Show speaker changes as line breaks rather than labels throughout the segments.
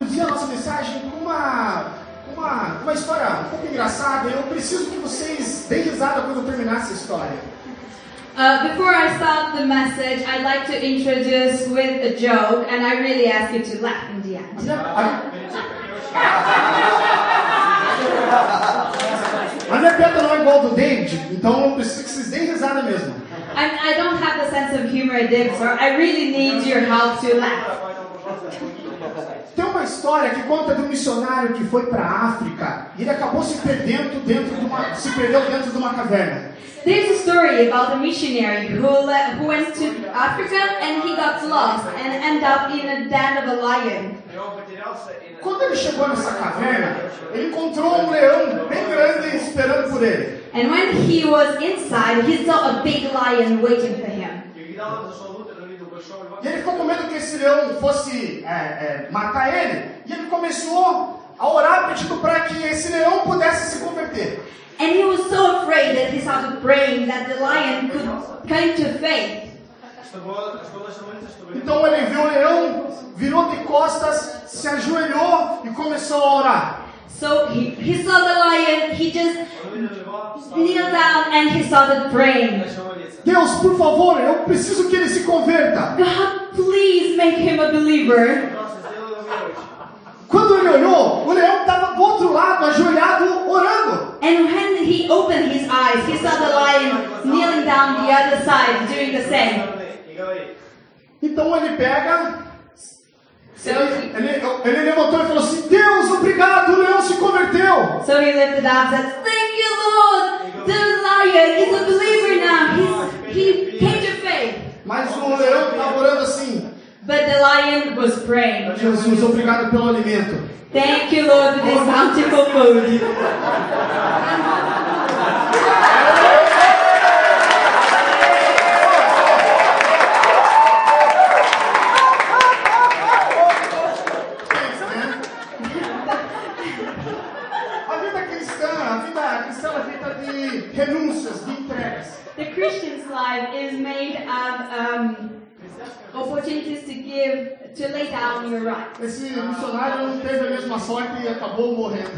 conduzir a nossa mensagem com uma, com uma, uma história um pouco engraçada. Eu preciso que vocês deem risada quando eu terminar essa história.
Uh, before I start the message, I'd like to introduce with a joke, and I really ask you to laugh in the end.
Mas não é piada não é igual do David, então eu preciso que vocês deem risada mesmo.
I'm, I don't have the sense of humor, therefore, I really need your help to laugh.
Tem uma história que conta de um missionário que foi para a África e ele acabou se perdendo dentro de uma, se perdeu dentro de uma caverna.
There's a story about a missionary who, le- who went to Africa and he got lost and ended up in a den of a lion.
И он потерялся и на-
Quando ele chegou nessa caverna, ele encontrou um leão bem grande esperando por ele.
And when he was inside, he saw a big lion waiting for him.
И когда он зашел внутрь, он увидел большого льва.
E ele ficou com medo que esse leão fosse é, é, matar ele. E ele começou a orar pedindo para que esse leão pudesse se converter.
And he was so afraid that he started praying that the lion could come to faith.
Чтобы он, что он начал молиться, чтобы лев-
Então ele viu o leão, virou de costas, se ajoelhou e começou a orar.
So he, he saw the lion, he just
он увидел льва, встал
kneeled down and he started
и
praying.
начал молиться.
Deus, por favor, eu preciso que ele se converta.
God, please make him a believer.
Пытался сделать его верующим.
Quando ele olhou, o leão estava do outro lado, ajoelhado, orando.
And when he opened his eyes, he saw the lion kneeling down the other side doing the same.
И говорит,
Então ele pega,
So he,
ele, ele levantou e falou assim: Deus, obrigado, o leão se converteu.
so he lifted up and said, Thank you, Lord! The lion is a believer now. He's, he came to faith.
Mas o leão estava orando assim:
But the lion was
Tá
praying.
Jesus, assim, obrigado pelo alimento.
Thank you, Lord, for this bountiful food.
A vida cristã, a vida cristã é feita de renúncias, de entregas.
The Christian's life is made of um, opportunities to give, to lay down your rights.
Esse missionário não teve a mesma sorte e acabou morrendo.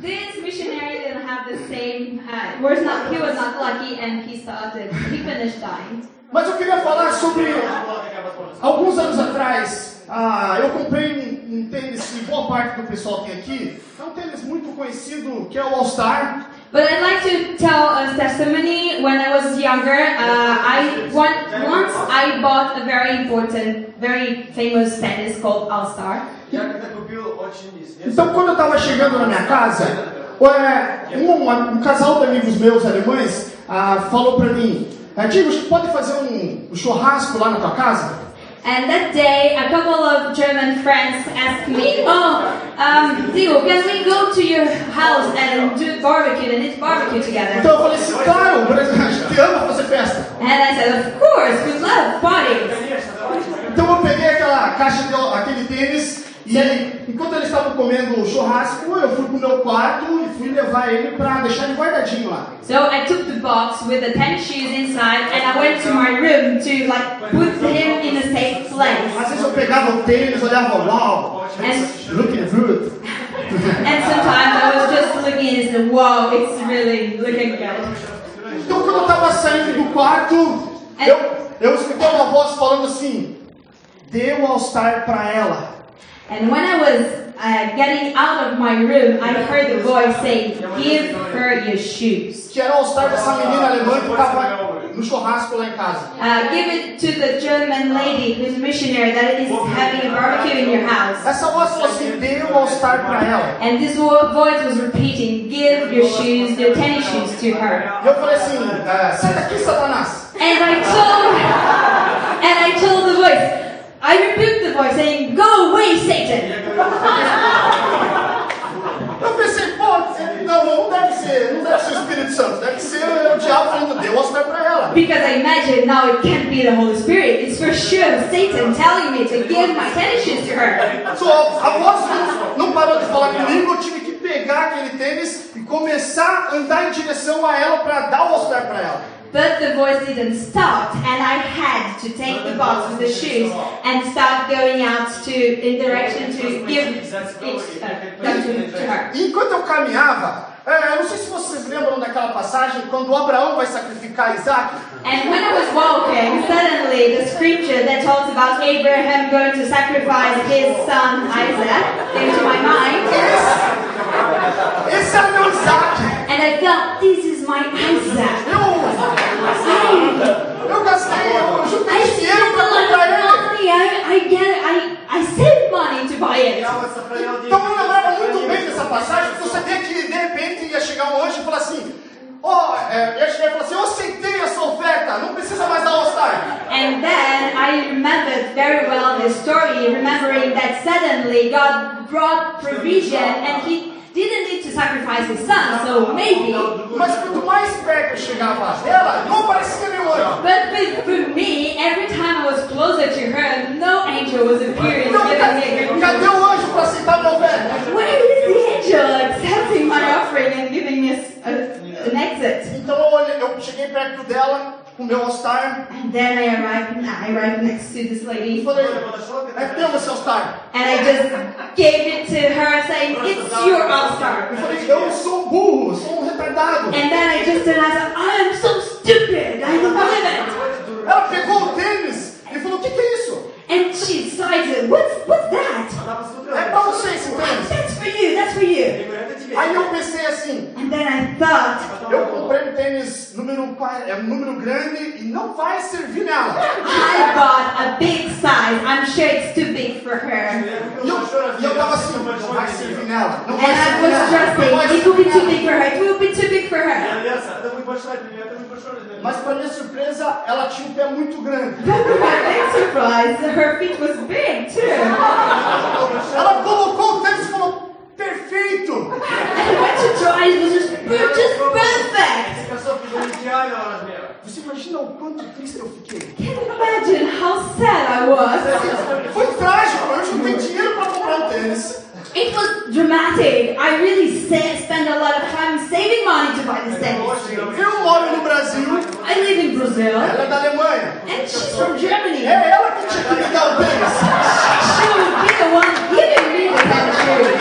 This missionary didn't have the same. Uh, was not. He was not lucky, and he started. He finished dying.
Mas eu queria falar sobre.
была такая возможность.
Alguns anos atrás, ah, eu comprei um, um tênis que boa parte do pessoal tem aqui. É um tênis muito conhecido que é o All Star.
But I'd like to tell a testimony. When I was younger, uh, I one, once I bought a very important, very famous tennis called All Star.
Я когда купил очень известный,
Então, quando eu estava chegando na minha casa, é, um, um casal de amigos meus alemães ah, falou para mim: "Ah, Diego, você pode fazer um, um churrasco lá na tua casa?
And that day, a couple of German friends asked me, "Oh, um, Diego, can we go to your house and do barbecue and eat barbecue together?"
Então eu falei assim: Claro, a gente ama fazer festa.
And I said, "Of course, we love parties."
Конечно, давайте.
Então eu peguei aquela caixa, de, aquele tênis, e aí, enquanto eles estavam comendo o churrasco, eu fui pro meu quarto e fui levar ele pra deixar ele guardadinho lá.
So I took the box with the tennis shoes inside and I went to my room to like put him in a safe place.
Às vezes eu pegava o tênis, olhava, uau,
And,
looking good.
and sometimes I was just looking and said, wow, it's really looking good.
Então quando eu tava saindo do quarto, eu, eu escutei uma voz falando assim, dê o all-star pra ela.
And when I was uh, getting out of my room, I heard the voice say, give her your shoes.
Que era o all-star dessa menina alemã que tava no churrasco lá em casa.
Uh, give it to the German lady who's missionary that is having a barbecue in your house.
Essa voz falou assim, dê o all-star pra ela.
And this wo- voice was repeating, give your shoes, your tennis shoes to her.
E eu falei assim, "Ah, sai daqui, Satanás.
And I told, and I told the voice, I rebuked the voice, saying, "Go away, Satan!"
Eu pensei, pô, você- não, não deve ser, não deve ser o Espírito Santo, deve ser o diabo falando, deu oscar pra ela.
Because I imagine now it can't be the Holy Spirit. It's for sure Satan telling me to give my tennis shoes to her.
So, a voz não- não parou de falar comigo, eu tive que pegar aquele tênis e começar a andar em direção a ela pra dar o oscar pra ela.
But the voice didn't stop, and I had to take the box with the shoes and start going out to in direction to give it uh, them to, to her.
Enquanto eu caminhava, é, eu não sei se vocês lembram daquela passagem quando Abraão vai sacrificar Isaac.
And when I was walking, suddenly the scripture that talks about Abraham going to sacrifice his son Isaac came to my mind,
Esse é meu Isaac.
and I felt this is my Isaac.
Eu,
I,
eu gastei, eu
I
juntei dinheiro
spent a
para
lot
comprar ele.
of money. I, I get I I saved money to buy it.
Я вот сохранял деньги.
Então eu lembrava muito bem dessa passagem, porque eu sabia que de repente ia chegar um anjo e falar assim: Ó, é, ia chegar e falar assim, eu aceitei a sua oferta, não precisa mais dar hostal.
And then I remembered very well the story, remembering that suddenly God brought provision and he didn't need to sacrifice his son, so maybe.
Mas quanto mais perto eu chegava dela, não parecia meu anjo.
But with, with me, every time I was closer to her, no angel was appearing.
Então,
giving me a
cadê,
good
cadê o anjo para aceitar minha oferta?
news. Where is the angel accepting my offering and giving me a s- a- an exit?
Então eu, olhei, eu cheguei perto dela, com o meu All-Star,
And then I arrived, I arrived next to this
e
lady
falei,
Я подошел к
é
этой
teu seu All-Star.
and I just gave it to her, saying, It's your all star.
Eu falei, eu sou burro, sou um retardado.
And then I just realized, I am so stupid, I don't believe it.
Ela pegou o tênis e falou, o que, que é isso?
And she decided, what's, what's that?
Она посмотрела.
É pra você esse tênis.
That's for you, that's for
Я
you.
говорю, это тебе.
Aí eu pensei assim,
And then I thought,
Потом
eu
она
comprei um tênis número, qua- é um número grande e não vai servir nela.
I bought a big size, I'm sure it's too big for her.
Я купил
E
большой
eu, e eu
размер,
tava
купил
assim, não
большой
vai
размер.
servir nela. Não
And
vai
I
servir
was
nela.
stressing,
Não vai
it will be
servir nela.
too big for her, it will be too big for her.
Я вялся, это будет большой размер, это будет большой размер.
Mas pra minha surpresa, ela tinha um pé muito grande.
But to my big surprise, her feet was big too.
Ela colocou o tênis e falou, perfeito!
And when she tried, it was just, we're just perfect.
Эти кроссовки были идеального размера.
Você imagina o quanto triste eu fiquei?
Can you imagine how sad I was?
Foi trágico, eu juntei dinheiro pra comprar um tênis.
It was dramatic. I really sa- spent a lot of time saving money to buy this dentistry.
Eu moro no Brasil,
I live in Brazil,
ela é da Alemanha.
and she's from Germany.
É ela que tinha que me dar o tênis.
She would be the one giving me the dentistry.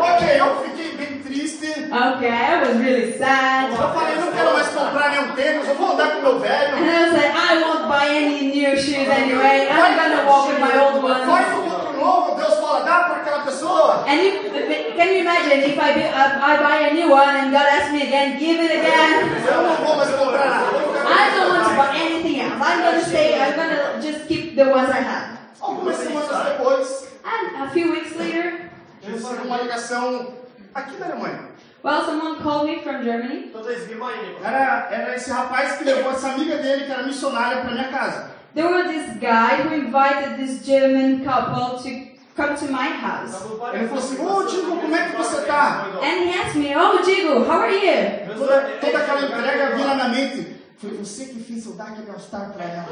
Ok, eu fiquei bem triste.
Okay, I was really
Eu
sad.
falei, não quero mais comprar nenhum tênis, eu vou andar com meu velho.
And I was like, I won't buy any new shoes anyway. I'm gonna walk with my old ones.
Faz um outro novo, Deus fala, dá para aquela pessoa.
And if, can you imagine if I, be, uh, I buy a new one and God asks me again, give it again?
Eu não vou mais comprar nada. eu quero
I don't want to buy anything else. I'm gonna stay. I'm gonna just keep the ones I have.
Algumas semanas depois,
And a few weeks later,
eu recebi uma ligação aqui da Alemanha.
well, someone called me from Germany.
Кто-то из Германии был.
Era, era esse rapaz que levou essa amiga dele, que era missionária, para minha casa.
There was this guy who invited this German couple to come to my house.
Там был парень,
Ele falou assim,
который
ô Diego, como é que você tá?
Мой дом.
And he asked me, Oh, Diego, how are you?
Вы
Toda,
знаете,
toda aquela
эти
entrega
ребята-
vinha na mente. Foi você que fez eu dar aquele all-star pra ela.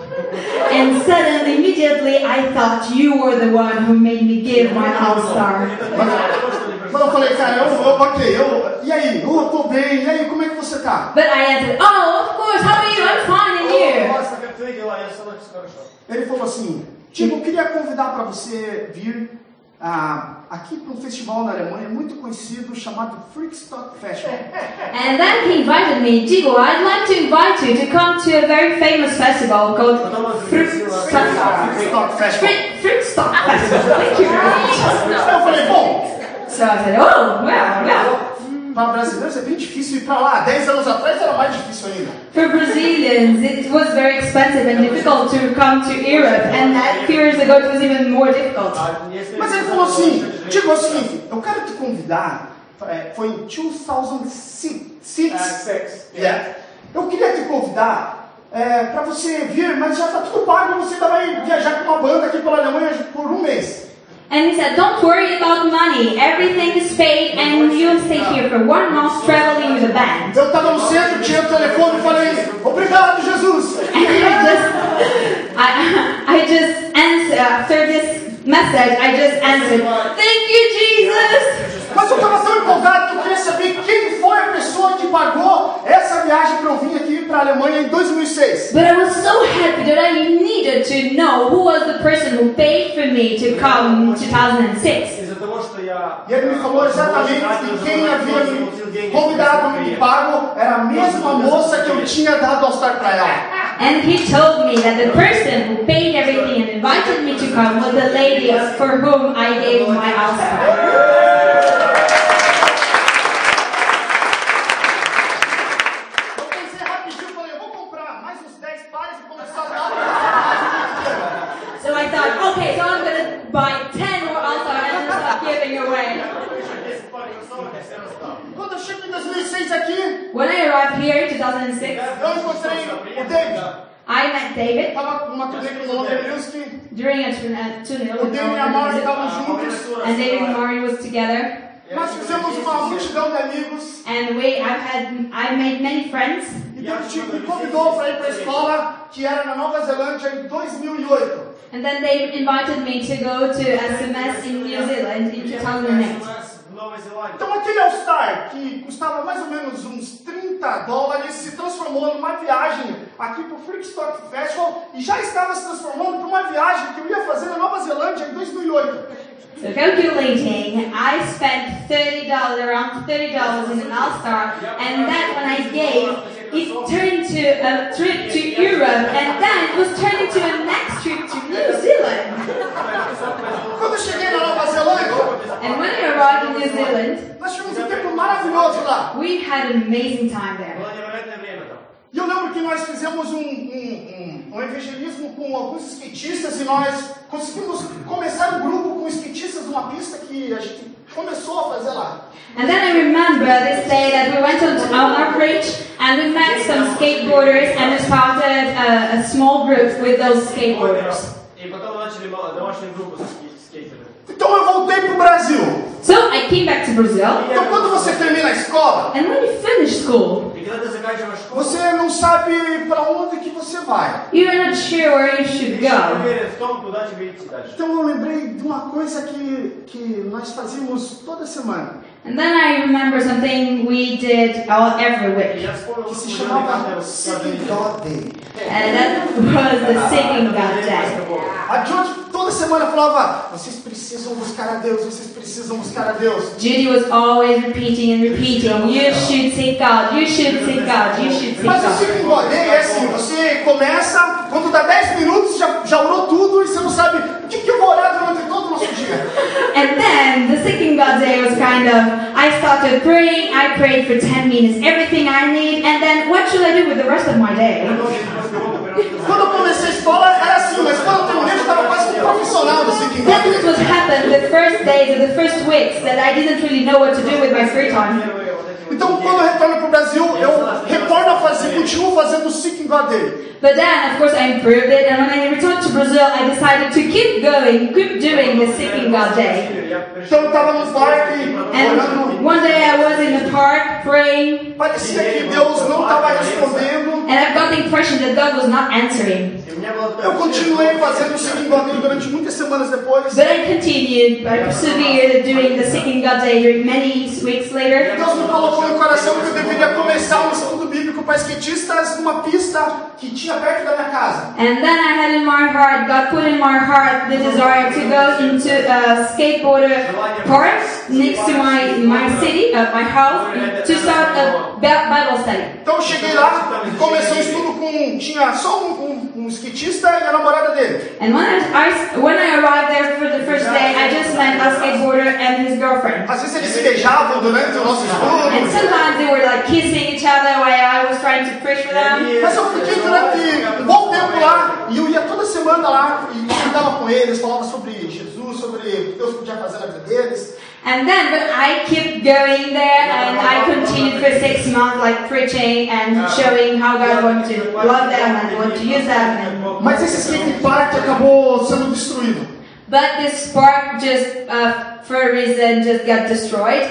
And suddenly, immediately, I thought you were the one who made me give my All Star.
Это точно, точно не
Mas eu falei, cara, eu, eu ok, eu. E aí? Eu tô bem, e aí, como é que você tá?
But I answered, Oh, of course, how are you? I'm fine,
О,
and you?
классно, как твои дела, я все очень хорошо.
Ele falou assim: Tipo, eu queria convidar para você vir ah, aqui para um festival na Alemanha muito conhecido chamado Freakstock Festival.
And then he invited me, Diego, I'd like to invite you to come to a very famous festival called Fruitstock
Freakstock Ah, Festival.
Festival. Thank you very much.
Eu falei: Bom,
So I said, Oh, well, well.
para brasileiros é bem difícil ir para lá. Dez anos atrás era mais difícil ainda.
For Brazilians, it was very expensive and difficult to come to Europe, and that few years ago it was even more difficult.
А если-
Mas ele falou assim: Digo, é o seguinte, eu quero te convidar. é, Foi em 2006.
Ah, секс.
Yeah. É. Eu queria te convidar é, para você vir, mas já está tudo pago. Você ainda vai viajar com uma banda aqui pela Alemanha por um mês.
And he said, Don't worry about money, everything is paid, and you'll stay here for one month traveling with a band.
Eu estava no centro, tinha o telefone e falei: Obrigado, Jesus!
And I just, I, I just answered, after this message, I just answered, Thank you, Jesus!
Mas eu estava tão empolgado que eu queria saber quem foi a pessoa pessoa que pagou essa viagem para eu vir aqui para a Alemanha em 2006.
But I was so happy that I needed to know who was the person who paid for me to come in 2006.
Из-за того, что я...
E ele me falou exatamente que quem havia me convidado e me pago era a mesma moça que eu tinha dado ao estar para ela.
And he told me that the person who paid everything and invited me to come was the lady for whom I gave my house card.
Eu pensei rapidinho, falei, eu vou comprar mais uns 10 pares e começar a dar.
So I thought, okay, so I'm gonna buy 10 more also and then start giving away.
Есть парень кроссовок, я все расстал.
Quando eu chego em 2006 aqui,
When I arrived here in 2006,
eu encontrei o David.
I met David
Estava numa turnê com o London Music.
during a tun- uh, tunnel.
O
with
David e a
Norman
Maura
Music.
estavam juntos.
And David and Mari was together.
Nós fizemos uma multidão de amigos.
And we, I've had, I've made many friends.
E Deus te me convidou para ir para a escola que era na Nova Zelândia em 2008.
And then they invited me to go to SMS in New Zealand in 2008.
СМС в Новой Зеландии.
Então aquele All-Star que custava mais ou menos uns 30 dólares se transformou numa viagem aqui para o Freakstock Festival e já estava se transformando para uma viagem que eu ia fazer na Nova Zelândia em 2008.
So calculating, I spent thirty dollars, around thirty dollars in an All Star, and then when I gave, it turned to a trip to Europe, and then it was turned into a next trip to New Zealand.
Quando eu cheguei na Nova Zelândia,
And when I arrived in New Zealand,
nós tivemos um tempo maravilhoso lá.
we had an amazing time there.
Было невероятное время там.
E eu lembro que nós fizemos um, um, um, um evangelismo com alguns skatistas e nós conseguimos começar um grupo com skatistas numa pista que a gente começou a fazer lá.
And then I remember this day that we went on to our outreach and we met some skateboarders and we started a, a small group with those skateboarders.
И потом начали мало домашнюю группу со ски- скейтерами.
Então eu voltei pro Brasil.
So I came back to Brazil,
Então quando você termina a escola,
and when you finish school,
И когда ты заканчиваешь школу,
você não sabe para onde que você vai.
You're not sure where you should
ты еще не
go.
уверен в том, куда тебе идти дальше.
Então eu lembrei de uma coisa que, que nós fazíamos toda semana,
And then I remember something we did all every
И
week.
я вспомнил,
que se
что я
chamava
каждый раз каждый
Sing
день.
God Day.
And that was the singing God day.
A George toda semana falava, vocês precisam buscar a Deus, vocês precisam buscar a Deus.
Judy was always repeating and repeating, you should seek God, you should seek God, you should seek
Mas o
God.
Sing God Day é assim, você começa, quando dá 10 minutos, já, já orou tudo e você não sabe o que, que eu vou orar durante todo o nosso dia.
And then the seeking God day was kind of, I started praying, I prayed for 10 minutes, everything I need, and then what should I do with the rest of my day?
Quando eu comecei a escola era assim, mas quando eu terminei eu estava quase que um profissional do Sing God
That
Day.
was what happened the first days or the first weeks that I didn't really know what to do with my free time.
Então, quando eu retorno para o Brasil, eu retorno a fazer, continuo fazendo o Seeking God Day.
But then, of course, I improved it, and when I returned to Brazil, I decided to keep going, keep doing the Seeking God Day.
Então, eu estava no parque,
And
orando.
one day I was in the park praying,
Parecia que Deus não estava respondendo.
and I got the impression that God was not answering.
Eu continuei fazendo o Seeking God Day durante muitas semanas depois.
But I continued, I persevered doing the Seeking God Day during many weeks later.
Deus me colocou no coração que eu deveria começar um estudo bíblico para skatistas numa pista que tinha perto da minha casa.
And then I had in my heart, God put in my heart the desire to go into a skateboarder park next to my, my city, uh, my house, to start a Bi- Bible study.
Então eu cheguei lá e comecei o estudo com. Tinha só um, um, um skatista e a namorada dele.
And when I, I- when I arrived there for the first day, I just met a skateboarder and his girlfriend.
Às vezes eles se beijavam durante o nosso
And
estudo.
sometimes they were like kissing each other while I was trying to preach for them.
Mas eu fiquei durante um bom tempo lá e eu ia toda semana lá e andava com eles, falava sobre Jesus, sobre o que Deus podia fazer na vida deles.
And then, but I kept going there and I continued for six months like preaching and showing how God wants to love them and want to use them. And,
Mas esse skate park acabou sendo destruído.
but this spark just, uh, for a reason, just got destroyed.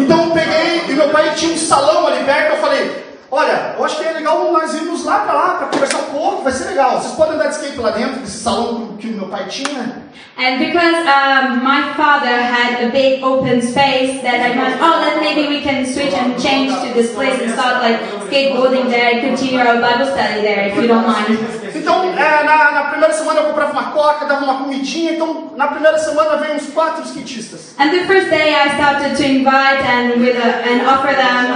Então eu peguei e meu pai tinha um salão ali perto. Eu falei, Olha, eu acho que é legal nós irmos lá pra lá pra conversar um pouco, vai ser legal. Vocês podem andar de skate lá dentro, desse salão que o meu pai tinha.
And because um, my father had a big open space that I thought, oh, then maybe we can switch and change to this place and start like skateboarding there and continue our Bible study there if you don't mind.
Então, é, na, na primeira semana eu comprava uma coca, dava uma comidinha, então na primeira semana veio uns quatro skatistas.
And the first day I started to invite and with a, and offer them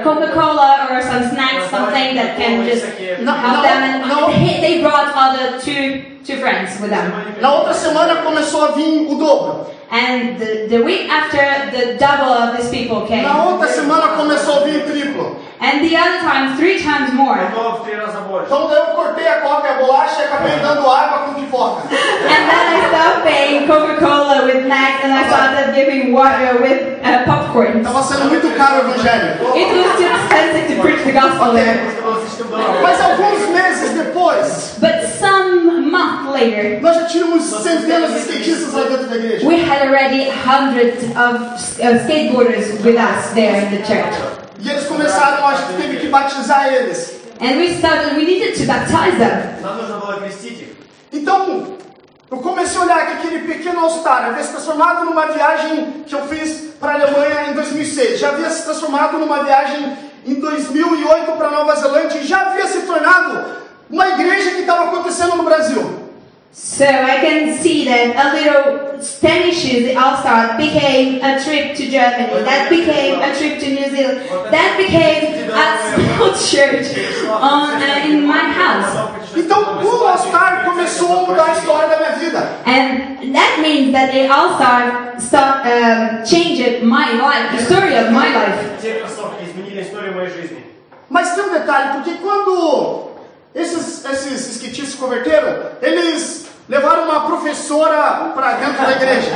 uh, Coca-Cola or some snacks, something that can just
Na,
help them. And
na, na,
they- they brought other two two friends with them.
na outra semana começou a vir o dobro.
And the, the week after, the double of these people came.
Na outra semana começou a vir o triplo.
And the other time, three times
Eu
more.
vou ter as abórias.
Então daí eu cortei a coca e a bolacha e acabei dando água com pipoca.
And then I stopped paying Coca-Cola with snacks and I started giving water with uh, popcorn.
Tava sendo muito caro o evangelho.
It was too expensive to preach the gospel there.
Mas alguns meses depois,
But some month later,
nós já tínhamos centenas de skatistas lá dentro da igreja.
we had already hundreds of uh, skateboarders with us there in the church.
E eles começaram, a gente teve que batizar eles.
And we started, we needed to baptize them.
Нам нужно было крестить их.
Então, eu comecei a olhar que aquele pequeno All-Star havia se transformado numa viagem que eu fiz para a Alemanha em 2006. Já havia se transformado numa viagem em 2008 para Nova Zelândia e já havia se tornado uma igreja que estava acontecendo no Brasil.
So I can see that a little Spanish all-star became a trip to Germany, that became a trip to New Zealand, that became a small church on, uh, in my house.
Então, o All-Star começou a mudar a história da minha vida.
And that means that the all-star start, um, changed my life, the story of my life.
Те кроссовки изменили историю моей жизни.
Mas tem um detalhe, porque quando esses, esses skatistas se converteram, eles levaram uma professora para dentro da igreja.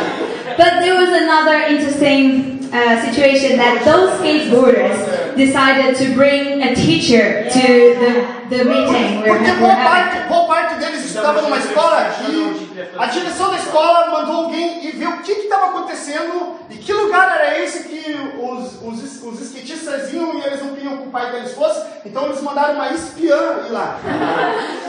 But there was another interesting uh, situation that those skateboarders decided to bring a teacher to the, the meeting. We're,
Porque
we're
boa
having.
parte, boa parte deles estava numa escola e a direção da escola mandou alguém ir ver o que estava acontecendo e que lugar era esse que os, os, os skatistas iam e eles não queriam que o pai deles fosse, então eles mandaram uma espiã ir lá.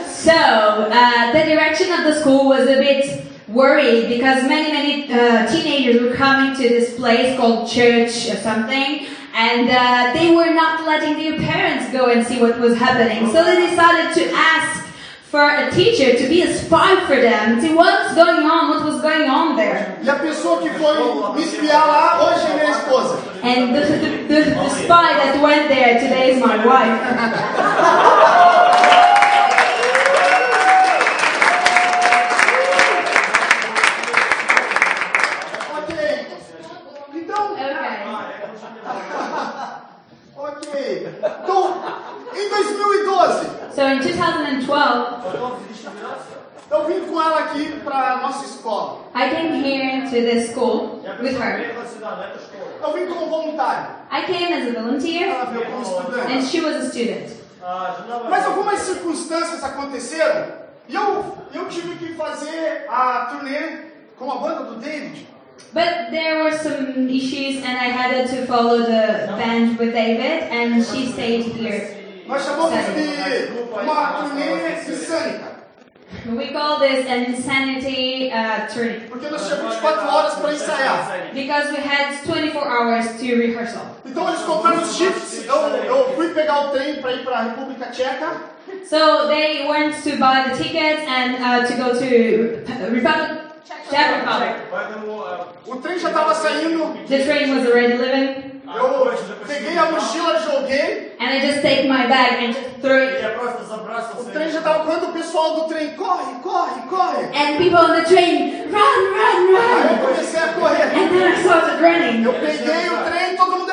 So uh, the direction of the school was a bit worried because many many uh, teenagers were coming to this place called church or something, and uh, they were not letting their parents go and see what was happening. So they decided to ask for a teacher to be a spy for them, see what's going on, what was going on there.
E a pessoa que foi me espiar lá hoje é minha esposa.
And the, the, the, the spy that went there today is my wife.
Ok. Então,
Okay.
ok. Então, em 2012,
So in 2012,
Потом в 2012
eu vim com ela aqui para nossa escola.
I came here to this school
я
with her.
приехал сюда, на эту школу.
Eu vim como voluntário.
I came as a volunteer
Ela veio como
and
estudante.
she was a student.
А, жена моя-
Mas algumas circunstâncias aconteceram e eu, eu tive que fazer a turnê com a banda do David.
But there were some issues and I had to follow the band with David and she stayed here.
Nós chamamos de uma turnê insânica.
We call this an insanity uh, tourney
Porque nós tivemos 24 horas para ensaiar.
because we had 24 hours to rehearsal.
Então eles compraram os chips. Eu, eu fui pegar o trem para ir para a República Tcheca.
So they went to buy the tickets and uh, to go to Republic, Czech Republic.
Поэтому э,
O trem já estava saindo.
The train was already leaving
Eu peguei a mochila, joguei.
and I just take my bag and just throw it.
я просто забрасывал
O
свои-
trem já estava. Quando o pessoal do trem corre, corre, corre.
And people on the train, run, run,
Aí
run!
eu comecei a correr.
And then I started running.
Eu peguei o trem, todo mundo. É,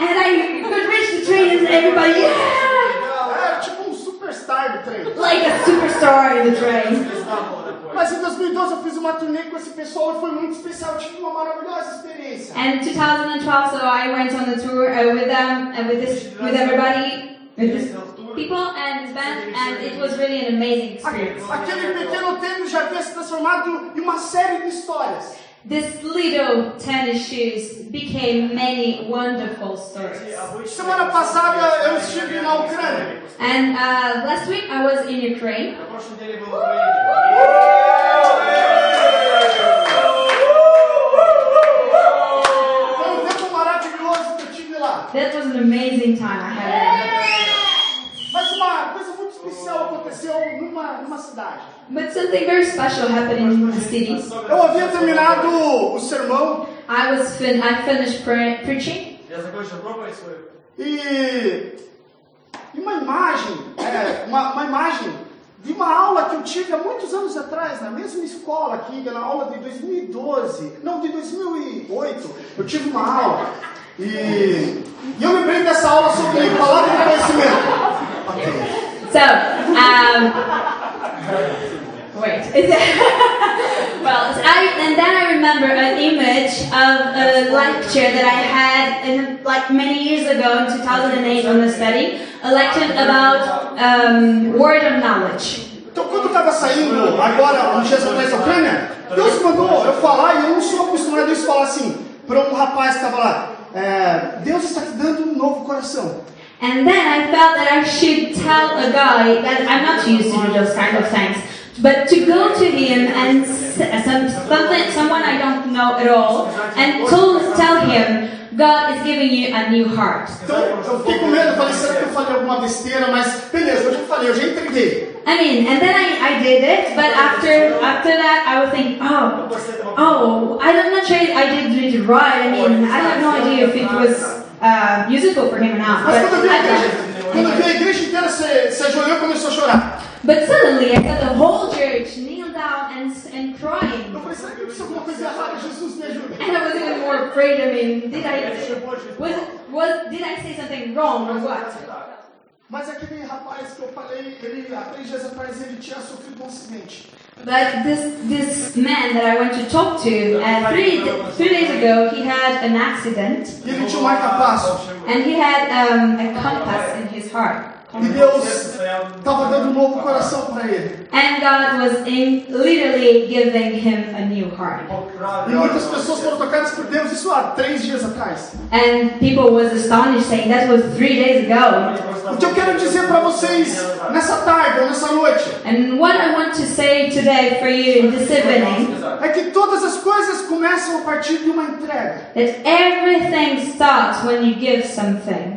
And I could reach the train and everybody, yeah!
é tipo um superstar do trem.
Like a superstar in the train.
Креста было такое.
Mas em 2012 eu fiz uma turnê com esse pessoal e foi muito especial. Eu tive uma maravilhosa experiência.
And 2012, so I went on the tour uh, with them, uh, with this, with everybody,
É.
with this people and this band, and it was really an amazing experience.
Aquele pequeno tênis já havia se transformado em uma série de histórias.
These little tennis shoes became many wonderful stories.
Semana passada eu estive na Ucrânia.
And uh, last week I was in Ukraine.
На прошлой неделе был в Украине.
Foi um tempo maravilhoso que eu tive lá.
That was an amazing time I had.
Mas uma coisa muito especial aconteceu numa, numa cidade.
But something very special happened in the city.
Eu havia terminado o sermão
I was fin- I finished pre- preaching,
Я закончил проповедь свою.
E, e uma imagem, é, uma, uma imagem de uma aula que eu tive há muitos anos atrás, na mesma escola aqui, na aula de 2012, não, de 2008, eu tive uma aula. E, e eu lembrei dessa aula sobre palavra de conhecimento. Ok.
so um, wait. Is it- well, I and then I remember an image of a lecture that I had in, like many years ago in 2008 on a study, a lecture about um, word of knowledge.
Então, quando eu estava saindo, agora, uns dias atrás da Ucrânia, é Deus mandou eu falar, e eu não sou acostumado a isso, falar assim, para um rapaz que estava lá, é, Deus está te dando um novo coração.
And then I felt that I should tell a guy that I'm not used to do those kind of things, but to go to him and s- some, something, someone I don't know at all, and to tell him God is giving you a new heart.
Então, eu fiquei com medo, eu falei, será que eu falei alguma besteira? Mas, beleza, eu já falei, eu já entreguei.
I mean, and then I, I did it, but after after that I was thinking, oh, oh, I'm not sure I did it right. I mean, I have no idea if it was uh, useful for him or not.
Mas quando eu
But
vi a
I
igreja, quando
did it.
eu vi a igreja inteira se, se ajoelhou e começou a chorar.
But suddenly I got the whole church kneel down and, s- and crying.
Eu falei, será que eu fiz alguma coisa errada? Jesus me ajuda.
And I was even more afraid. I mean, did I was
What?
was did I say something wrong or what?
Mas aquele rapaz que eu falei, ele, há três dias atrás, ele tinha sofrido um acidente.
But this this man that I went to talk to uh, three three days ago, he had an accident
E ele tinha um marca-passo.
and he had um, a compass in his heart.
E Deus estava dando um novo coração para ele.
And God was in literally giving him a new heart.
E muitas pessoas foram tocadas por Deus, isso há três dias atrás.
And people was astonished saying that was three days ago.
O que eu quero dizer para vocês né? nessa tarde ou nessa noite
And what I want to say today for you this evening
é que todas as coisas começam a partir de uma entrega.
that everything starts when you give something.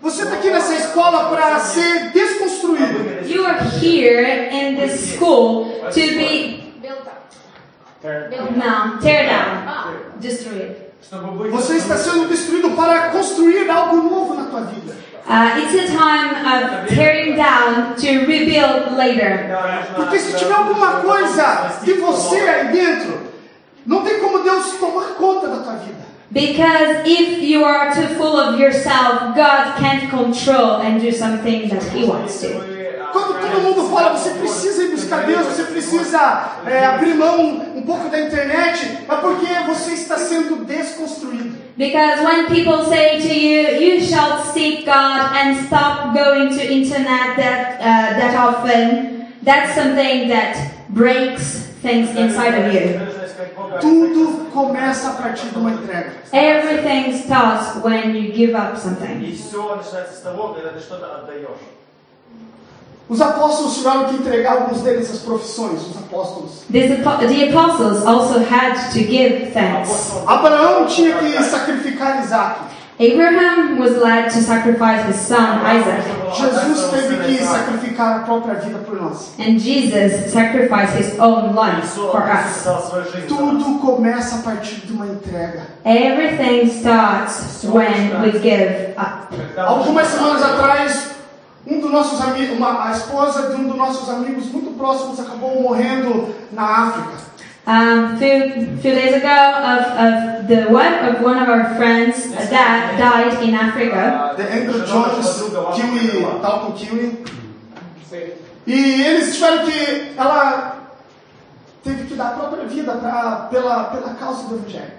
Você está aqui nessa escola para ser desconstruído.
You are here in this school to be
Built up.
built now, tear down, destroy it.
Você está sendo destruído para construir algo novo na tua vida.
Uh, it's a time of tearing down to rebuild later.
Porque se tiver alguma coisa de você aí dentro, não tem como Deus tomar conta da tua vida.
Because if you are too full of yourself, God can't control and do something that He wants to.
Quando todo mundo fala você precisa ir buscar Deus, você precisa é, abrir mão um pouco da internet, é porque você está sendo desconstruído.
Because when people say to you, "You shall seek God and stop going to internet that uh, that often," that's something that breaks things inside of you.
Tudo começa a partir de É uma entrega.
Everything starts when you give up something.
И все начинается с того, когда ты что-то отдаешь.
Os apóstolos tiveram que entregar alguns deles as profissões, os apóstolos.
This, apo- the apostles also had to give thanks.
Abraão tinha que sacrificar Isaac.
Abraham was led to sacrifice his son Isaac,
Jesus teve que sacrificar a própria vida por nós.
and Jesus sacrificed his own life for us.
Иисус свою жизнь.
Tudo começa a partir de uma entrega.
Everything starts when we give up.
Algumas semanas atrás, um dos nossos amigos, uma, a esposa de um dos nossos amigos muito próximos acabou morrendo na África.
Um, few few days ago, of, of the wife of one of our friends that died in Africa,
The Andrew Jones, Kiwi, tal com Kiwi. E eles tiveram que. Ela teve que dar a própria vida pra, pela, pela causa do Evangelho.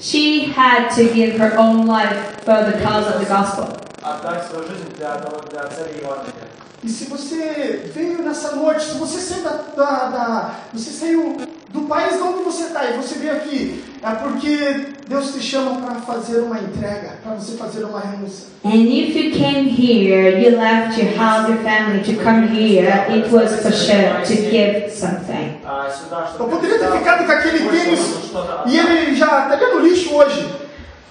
she had to give her own life for the cause of the gospel.
Отдать свою жизнь для, одного- для царя Евангелия.
E se você veio nessa noite, se você saiu da, da- da- você saiu do país de onde você está e você veio aqui, é porque Deus te chama para fazer uma entrega, para você fazer uma renúncia.
And if you came here, you left your house, your family to come here, it was for sure to give something.
А сюда, чтобы
Eu poderia ter
я
ficado com aquele
пришел,
tênis
чтобы что-то
e
отдать.
ele já estaria no lixo hoje.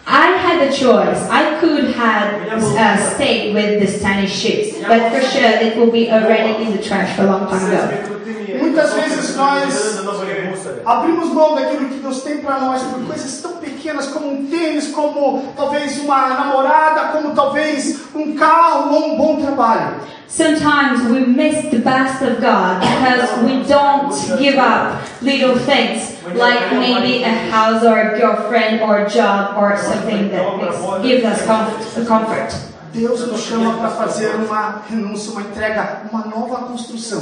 I had a choice. I could have uh, stayed with the Spanish shoes, but for sure it will be already in the trash for a long
С
time ago.
этими крутыми
Muitas
кроссовками,
vezes
которые
nós-
никогда давно были в мусоре.
Abrimos mão daquilo que Deus tem para nós por coisas tão pequenas como um tênis, como talvez uma namorada, como talvez um carro ou um bom trabalho.
Sometimes we miss the best of God because we don't give up little things like maybe a house or a girlfriend or a job or something that makes, gives us comfort. comfort.
Deus nos chama para fazer uma renúncia, uma entrega, uma nova construção.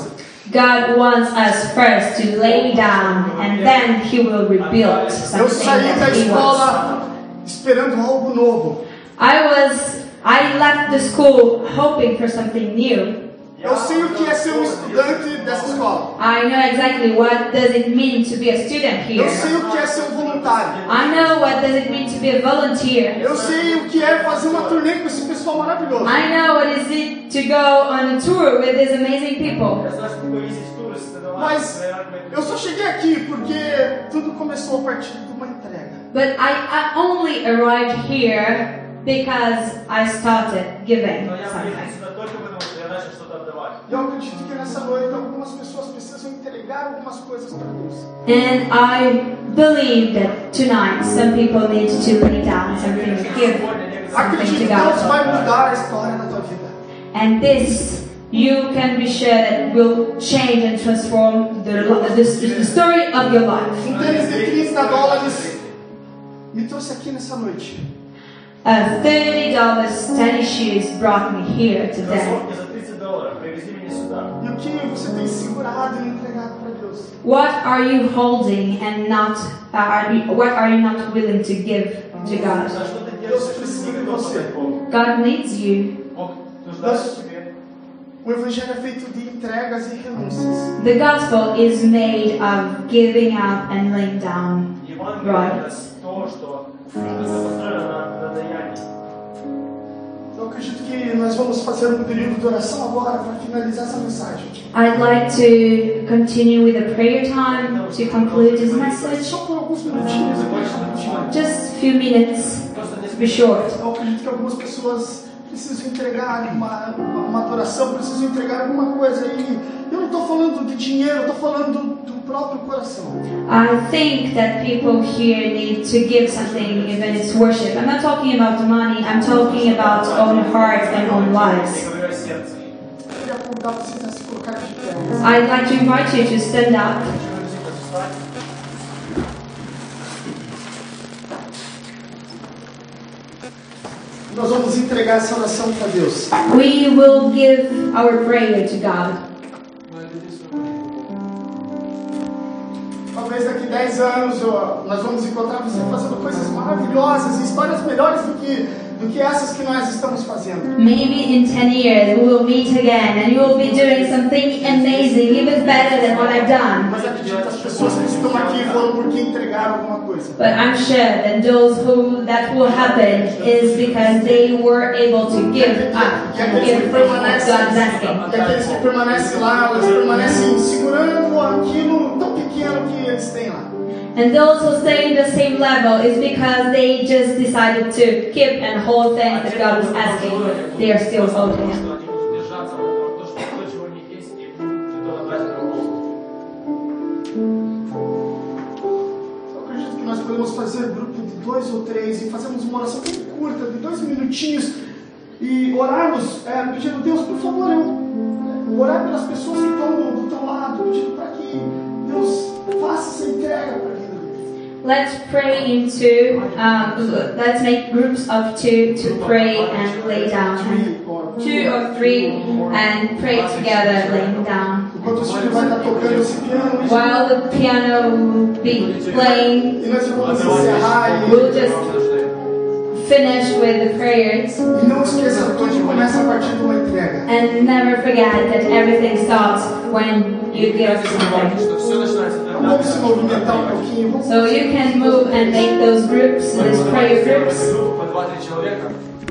God wants us first to lay down and then He will rebuild
Eu
something
saí da
that He wants.
escola esperando algo novo.
I was, I left the school hoping for something new.
Eu sei o que é ser um estudante dessa escola.
I know exactly what does it mean to be a student
Eu
here.
sei o que é ser um voluntário.
I know what does it mean to be a volunteer.
Eu sei o que é fazer uma turnê com esse pessoal maravilhoso.
I know what is it to go on a tour with these amazing people.
Я знаю, что такое ездить в турист, это
Mas
важно.
eu só cheguei aqui porque tudo começou a partir de uma entrega.
But I, I only arrived here because I started giving
Но я приехал
something.
сюда только потому, что я начал что-то отдавать.
Eu acredito que nessa noite algumas pessoas precisam entregar algumas coisas para Deus.
And I believe that tonight some people need to lay down something to give.
Acredito que Deus vai mudar a história da tua vida.
And this, you can be sure that will change and transform the, the, the story of your life.
Um tênis de 30 dólares me trouxe aqui nessa noite.
A $30 tennis shoes brought me here today.
Кроссовки за 30 долларов привезли меня сюда.
E o que você tem segurado e entregado para Deus?
What are you holding and not, uh, are you, what are you not willing to give to God?
За что ты делаешь? Что ты не готов отдать Богу?
God needs you.
Бог нуждается в тебе.
O Evangelho é feito de entregas e renúncias.
The gospel is made of giving up and laying down.
Евангелие это то, что построено на- на даянии.
Eu acredito que nós vamos fazer um período de oração agora para finalizar essa mensagem.
I'd like to continue with a prayer time to conclude this message.
É Só por alguns minutinhos, eu acho minutinhos.
Just a few minutes
Просто
to
несколько
be short.
Eu acredito que algumas pessoas precisam entregar uma, uma, uma adoração, precisam entregar alguma coisa. E eu não estou falando de dinheiro, eu estou falando do próprio coração.
I think that people here need to give something, even it's worship. I'm not talking about money, I'm talking about own hearts and own
Я
lives.
говорю о сердце.
Eu queria convidar vocês a se colocar de pé.
I'd like to invite you to stand up.
Почему нельзя встать?
Nós vamos entregar essa oração para Deus.
We will give our prayer to God.
Talvez daqui 10 anos ó, nós vamos encontrar você fazendo coisas maravilhosas e histórias melhores do que, do que essas que nós estamos fazendo.
Maybe in 10 years we will meet again and you will be doing something amazing, even better than what I've done.
Mas acredito que as pessoas que estão aqui foram porque entregaram alguma coisa.
But I'm sure that those who that will happen is because they were able to give up and give what God's asking.
E aqueles que permanecem lá, elas permanecem segurando aquilo tão pequeno que eles têm lá.
And those who stay in the same level is because they just decided to keep and hold things that God was asking. They are still holding it.
Они будут держаться вот то, что то, чего у них есть, и что отдать другому.
Eu acredito que nós podemos fazer grupo de dois ou três e fazermos uma oração bem curta, de dois minutinhos, e orarmos, é, pedindo, Deus, por favor, eu é, orar pelas pessoas que estão do, do teu lado, pedindo para que Deus faça essa entrega para vida deles.
Let's pray into, um, let's make groups of two to pray and lay down.
Three or-
Two or three and pray together laying down.
Enquanto o Senhor vai estar tocando esse piano,
While the piano will be playing,
e nós vamos encerrar,
we'll
e,
just finish with the prayers.
e não
É
esqueça, tudo começa a partir de uma entrega.
And never forget that everything starts when you
Я
get
здесь говорю,
something.
что все начинается тогда,
Vamos se movimentar um
когда
pouquinho. Vamos
So you can move and make those groups, those prayer groups.
По 2-3 человека.